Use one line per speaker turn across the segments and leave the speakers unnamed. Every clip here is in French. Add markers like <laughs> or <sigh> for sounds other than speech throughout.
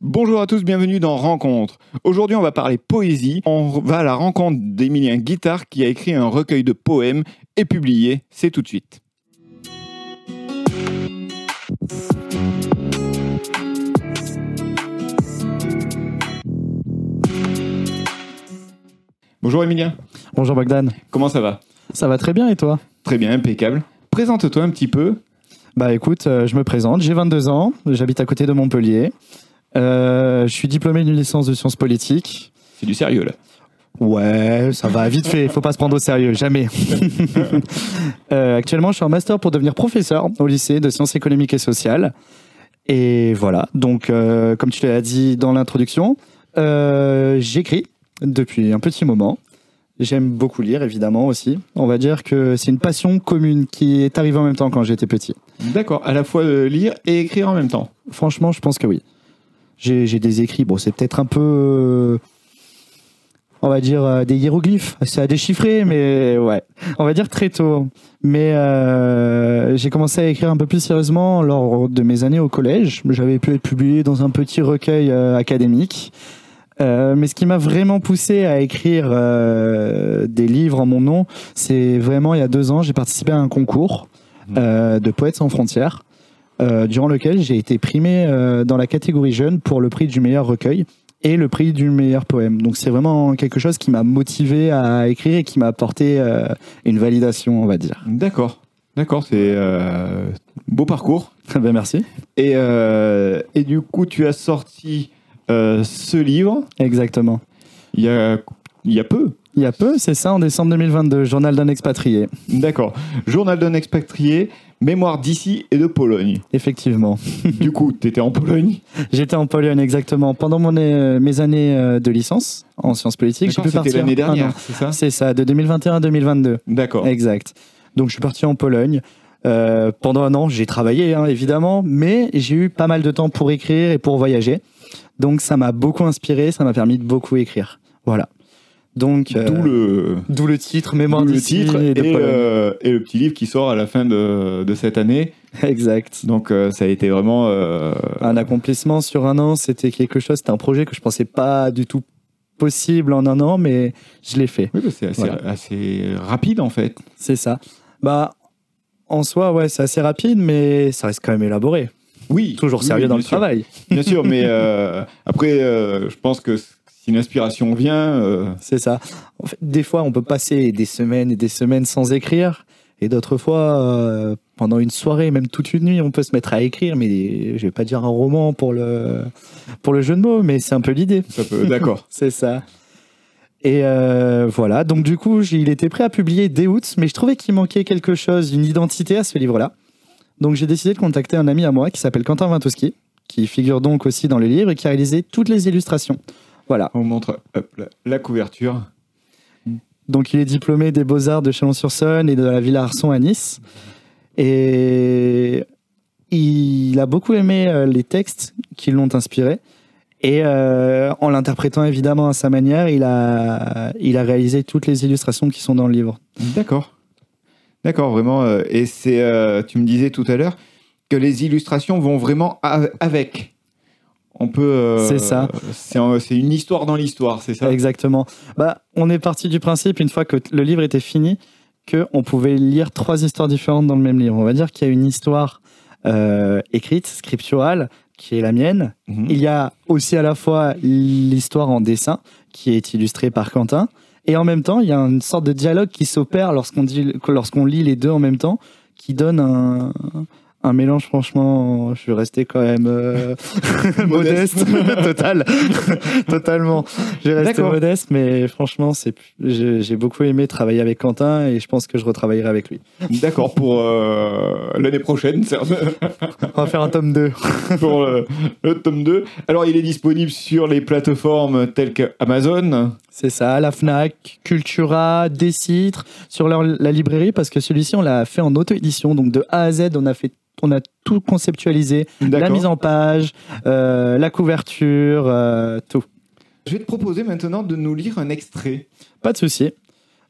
Bonjour à tous, bienvenue dans Rencontre. Aujourd'hui, on va parler poésie. On va à la rencontre d'Émilien Guittard qui a écrit un recueil de poèmes et publié. C'est tout de suite. Bonjour Émilien,
Bonjour Bagdan,
comment ça va
ça va très bien et toi
Très bien, impeccable. Présente-toi un petit peu.
Bah écoute, euh, je me présente, j'ai 22 ans, j'habite à côté de Montpellier, Euh, je suis diplômé d'une licence de sciences politiques.
C'est du sérieux là.
Ouais, ça va vite fait, faut pas se prendre au sérieux, jamais. Euh, actuellement, je suis en master pour devenir professeur au lycée de sciences économiques et sociales. Et voilà, donc euh, comme tu l'as dit dans l'introduction, euh, j'écris depuis un petit moment. J'aime beaucoup lire, évidemment aussi. On va dire que c'est une passion commune qui est arrivée en même temps quand j'étais petit.
D'accord, à la fois euh, lire et écrire en même temps.
Franchement, je pense que oui. J'ai j'ai des écrits, bon, c'est peut-être un peu, euh, on va dire, euh, des hiéroglyphes. C'est à déchiffrer, mais ouais. On va dire très tôt. Mais euh, j'ai commencé à écrire un peu plus sérieusement lors de mes années au collège. J'avais pu être publié dans un petit recueil euh, académique. Euh, mais ce qui m'a vraiment poussé à écrire euh, des livres en mon nom, c'est vraiment il y a deux ans, j'ai participé à un concours euh, de Poètes sans frontières euh, durant lequel j'ai été primé euh, dans la catégorie jeune pour le prix du meilleur recueil et le prix du meilleur poème. Donc c'est vraiment quelque chose qui m'a motivé à écrire et qui m'a apporté euh, une validation, on
<laughs>
va dire.
D'accord, d'accord, c'est euh, beau parcours.
ben merci.
Et, euh, et du coup, tu as sorti euh, ce livre
Exactement.
il y a, il y a peu.
Il y a peu, c'est ça, en décembre 2022, Journal d'un expatrié.
D'accord. Journal d'un expatrié, mémoire d'ici et de
<laughs>
Pologne.
Effectivement.
du coup, tu étais en Pologne.
J'étais en Pologne exactement pendant mon, euh, mes années euh, de licence en sciences politiques. J'ai
D'accord,
pu
C'était
partir
l'année
un an.
dernière, c'est ça
hein. Ah C'est ça, de 2021 à 2022.
D'accord.
Exact. Donc je suis parti en Pologne. Euh, pendant un an, j'ai travaillé hein, évidemment, mais j'ai eu pas mal de temps pour écrire et pour voyager. Donc ça m'a beaucoup inspiré, ça m'a permis de beaucoup écrire. Voilà. Donc euh,
D'où le,
d'où le titre Mémoire
d'où le
d'ici
titre
et
et,
de Pologne.
euh, et le petit livre qui sort à la fin de, de cette année.
Exact.
Donc, euh, ça a été vraiment. euh,
Un accomplissement sur un an, c'était quelque chose, c'était un projet que je pensais pas du tout possible en un an, mais je l'ai fait.
oui, bah, c'est assez,
Voilà.
assez rapide en fait.
C'est ça. Bah en soi, ouais, c'est assez rapide, mais ça reste quand même élaboré.
Oui.
Toujours
oui,
sérieux
oui,
dans
bien
le
sûr.
travail.
Bien sûr, mais euh, après, euh, je pense que si l'inspiration vient, euh,
C'est ça. En fait, des fois, on peut passer des semaines et des semaines sans écrire. Et d'autres fois, euh, pendant une soirée, même toute une nuit, on peut se mettre à écrire. Mais je vais pas dire un roman pour le, pour le jeu de mots, mais c'est un peu l'idée.
ça
<laughs>
peut. D'accord.
C'est ça. Et euh, voilà. Donc, du coup, j'ai- il était prêt à publier dès août, mais je trouvais qu'il manquait quelque chose, une identité à ce livre-là. Donc, j'ai décidé de contacter un ami à moi qui s'appelle Quentin Vintouski, qui figure donc aussi dans le livre et qui a réalisé toutes les illustrations. Voilà.
On montre hop, la- la couverture.
Donc il est diplômé des Beaux-Arts de Chalon-sur-Saône et de la Villa Arson à Nice. Et il a beaucoup aimé euh, les textes qui l'ont inspiré. Et euh, en l'interprétant évidemment à sa manière, il a, il a réalisé toutes les illustrations qui sont dans le livre.
D'accord. D'accord, vraiment. euh, et c'est, euh, tu me disais tout à l'heure que les illustrations vont vraiment a- avec. On peut. euh,
C'est ça.
C'est un- c'est une histoire dans l'histoire, c'est ça.
Exactement. Bah, on est parti du principe, une fois que t- le livre était fini, qu'on pouvait lire trois histoires différentes dans le même livre. On va dire qu'il y a une histoire euh, écrite, scripturale, qui est la mienne,
Mhm.
Il y a aussi à la fois l'histoire en dessin qui est illustrée par Quentin et en même temps il y a une sorte de dialogue qui s'opère lorsqu'on dit lorsqu'on lit les deux en même temps qui donne un un mélange franchement je suis resté quand même euh, <laughs>
<laughs> Modeste. <laughs>
modeste <laughs> total totalement j'ai resté
D'accord.
modeste mais franchement c'est j'ai j'ai beaucoup aimé travailler avec Quentin et je pense que je retravaillerai avec lui
D'accord pour euh, l'année prochaine, ça,
on va faire un tome 2
pour le, le tome 2. Alors, il est disponible sur les plateformes telles que Amazon.
C'est ça, la FNAC, Cultura, des citres, sur leur, la librairie, parce que celui-ci, on l'a fait en auto-édition. Donc de A à Z, on a, fait, on a tout conceptualisé, la
D'accord.
mise en page, euh, la couverture, euh, tout.
Je vais te proposer maintenant de nous lire un extrait.
Pas de souci.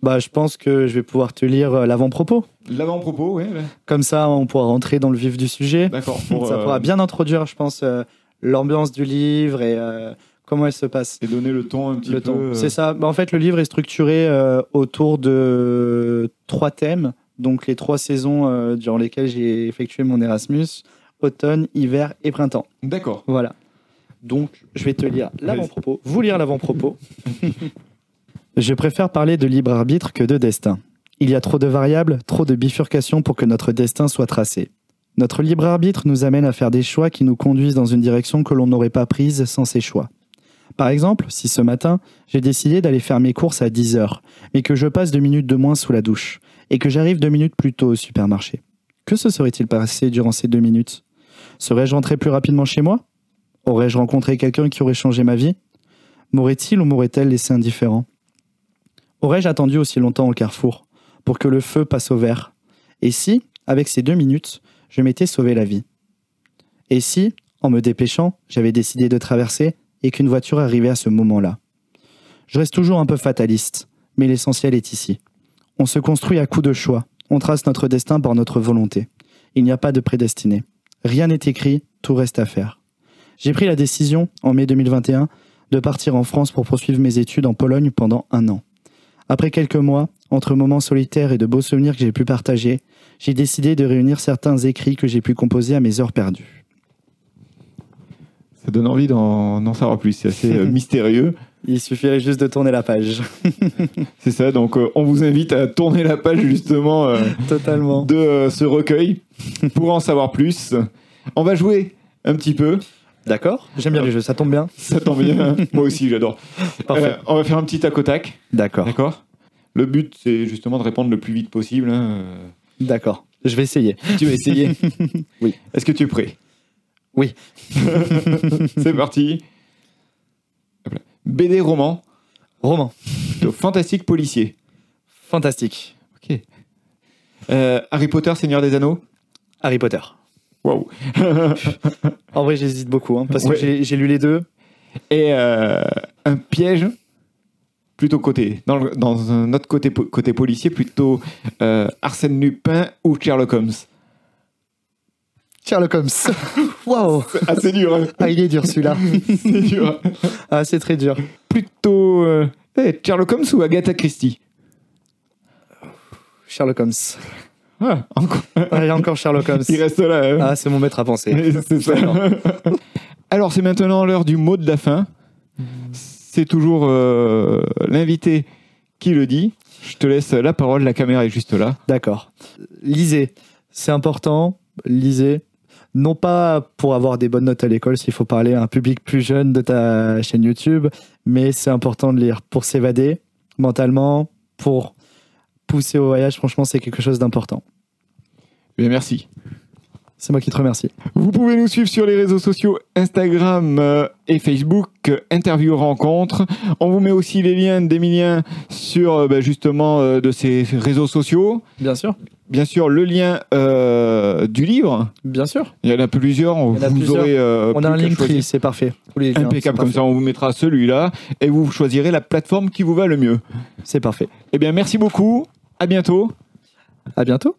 Bah, je pense que je vais pouvoir te lire euh, l'avant-propos.
L'avant-propos, ouais. ouais.
Comme ça, on pourra rentrer dans le vif du sujet. <laughs>
D'accord. pour,
ça
euh,
pourra bien introduire, je pense, euh, l'ambiance du livre et euh, comment elle se passe.
Et donner le ton un petit
Le
peu.
temps.
euh,
C'est ça. Bah, En fait, le livre est structuré euh, autour de trois thèmes, donc les trois saisons euh, durant lesquelles j'ai effectué mon Erasmus automne, hiver et printemps.
D'accord.
Voilà. Donc, je vais te lire l'avant-propos, vous lire l'avant-propos. <laughs> je préfère parler de libre arbitre que de destin. Il y a trop de variables, trop de bifurcations pour que notre destin soit tracé. Notre libre arbitre nous amène à faire des choix qui nous conduisent dans une direction que l'on n'aurait pas prise sans ces choix. Par exemple, si ce matin, j'ai décidé d'aller faire mes courses à 10 heures, mais que je passe deux minutes de moins sous la douche, et que j'arrive deux minutes plus tôt au supermarché, que se serait-il passé durant ces deux minutes Serais-je rentré plus rapidement chez moi Aurais-je rencontré quelqu'un qui aurait changé ma vie M'aurait-il ou m'aurait-elle laissé indifférent Aurais-je attendu aussi longtemps au carrefour pour que le feu passe au vert Et si, avec ces deux minutes, je m'étais sauvé la vie Et si, en me dépêchant, j'avais décidé de traverser et qu'une voiture arrivait à ce moment-là Je reste toujours un peu fataliste, mais l'essentiel est ici. On se construit à coups de choix, on trace notre destin par notre volonté. Il n'y a pas de prédestiné. Rien n'est écrit, tout reste à faire. J'ai pris la décision, en mai 2021, de partir en France pour poursuivre mes études en Pologne pendant un an. Après quelques mois, entre moments solitaires et de beaux souvenirs que j'ai pu partager, j'ai décidé de réunir certains écrits que j'ai pu composer à mes heures perdues.
Ça donne envie d'en d'en savoir plus. C'est assez
<laughs>
euh, mystérieux.
Il suffirait juste de tourner la page.
C'est ça. Donc, euh, on vous invite à tourner la page justement
<laughs>
euh,
<laughs> Totalement.
de euh, ce recueil pour en savoir plus. On va jouer un petit peu.
D'accord J'aime bien les jeux, ça tombe bien.
Ça tombe
<laughs>
bien. hein. Moi aussi, j'adore.
Parfait.
Euh, on va faire un petit tac au tac.
D'accord.
D'accord Le but, c'est justement de répondre le plus vite possible. hein, euh,
D'accord. Je vais essayer.
Tu vas essayer.
Oui.
Est-ce que tu es prêt
Oui.
<laughs> C'est parti. Hop là. BD roman
<laughs> Roman.
de fantastique policier.
Fantastique.
Ok. Euh, Harry Potter, Seigneur des Anneaux.
Harry Potter.
Waouh. <laughs>
En vrai, j'hésite beaucoup, hein, parce
Ouais.
que j'ai- j'ai lu les deux.
Et euh, un piège plutôt côté dans, le- dans un autre côté po- côté policier plutôt euh, Arsène Lupin ou Sherlock Holmes.
Sherlock Holmes. <laughs> Waouh
Ah c'est dur. hein.
Ah, il est dur celui-là.
<laughs> C'est dur. hein.
Ah, c'est très dur.
Plutôt euh, eh, Sherlock Holmes ou Agatha Christie.
Sherlock Holmes.
Ah, encore-
Ah, <laughs> il y a encore Sherlock Holmes.
Il reste là. hein.
Ah, c'est mon maître à penser.
Et c'est ça. <laughs> Alors, c'est maintenant l'heure du mot de la fin. C'est toujours euh, l'invité qui le dit. Je te laisse la parole, la caméra est juste là.
D'accord. Lisez. C'est important. Lisez. Non pas pour avoir des bonnes notes à l'école, s'il faut parler à un public plus jeune de ta chaîne YouTube, mais c'est important de lire pour s'évader mentalement, pour pousser au voyage. Franchement, c'est quelque chose d'important.
Eh Bien, merci.
C'est moi qui te remercie.
Vous pouvez nous suivre sur les réseaux sociaux Instagram euh, et Facebook, euh, Interview Rencontre. On vous met aussi les liens d'Emilien sur euh, bah, justement euh, de ses réseaux sociaux.
Bien sûr.
Bien sûr, le lien euh, du livre.
Bien sûr.
Il y en a plusieurs.
Il y en a
vous
plusieurs.
aurez, euh,
On
plus
a un
qu'à
link
choisir.
tree, c'est parfait. Tous les liens, c'est
Impeccable, comme
parfait.
ça on vous mettra celui-là et vous choisirez la plateforme qui vous va le mieux.
C'est parfait.
Eh bien, merci beaucoup, à bientôt.
À bientôt.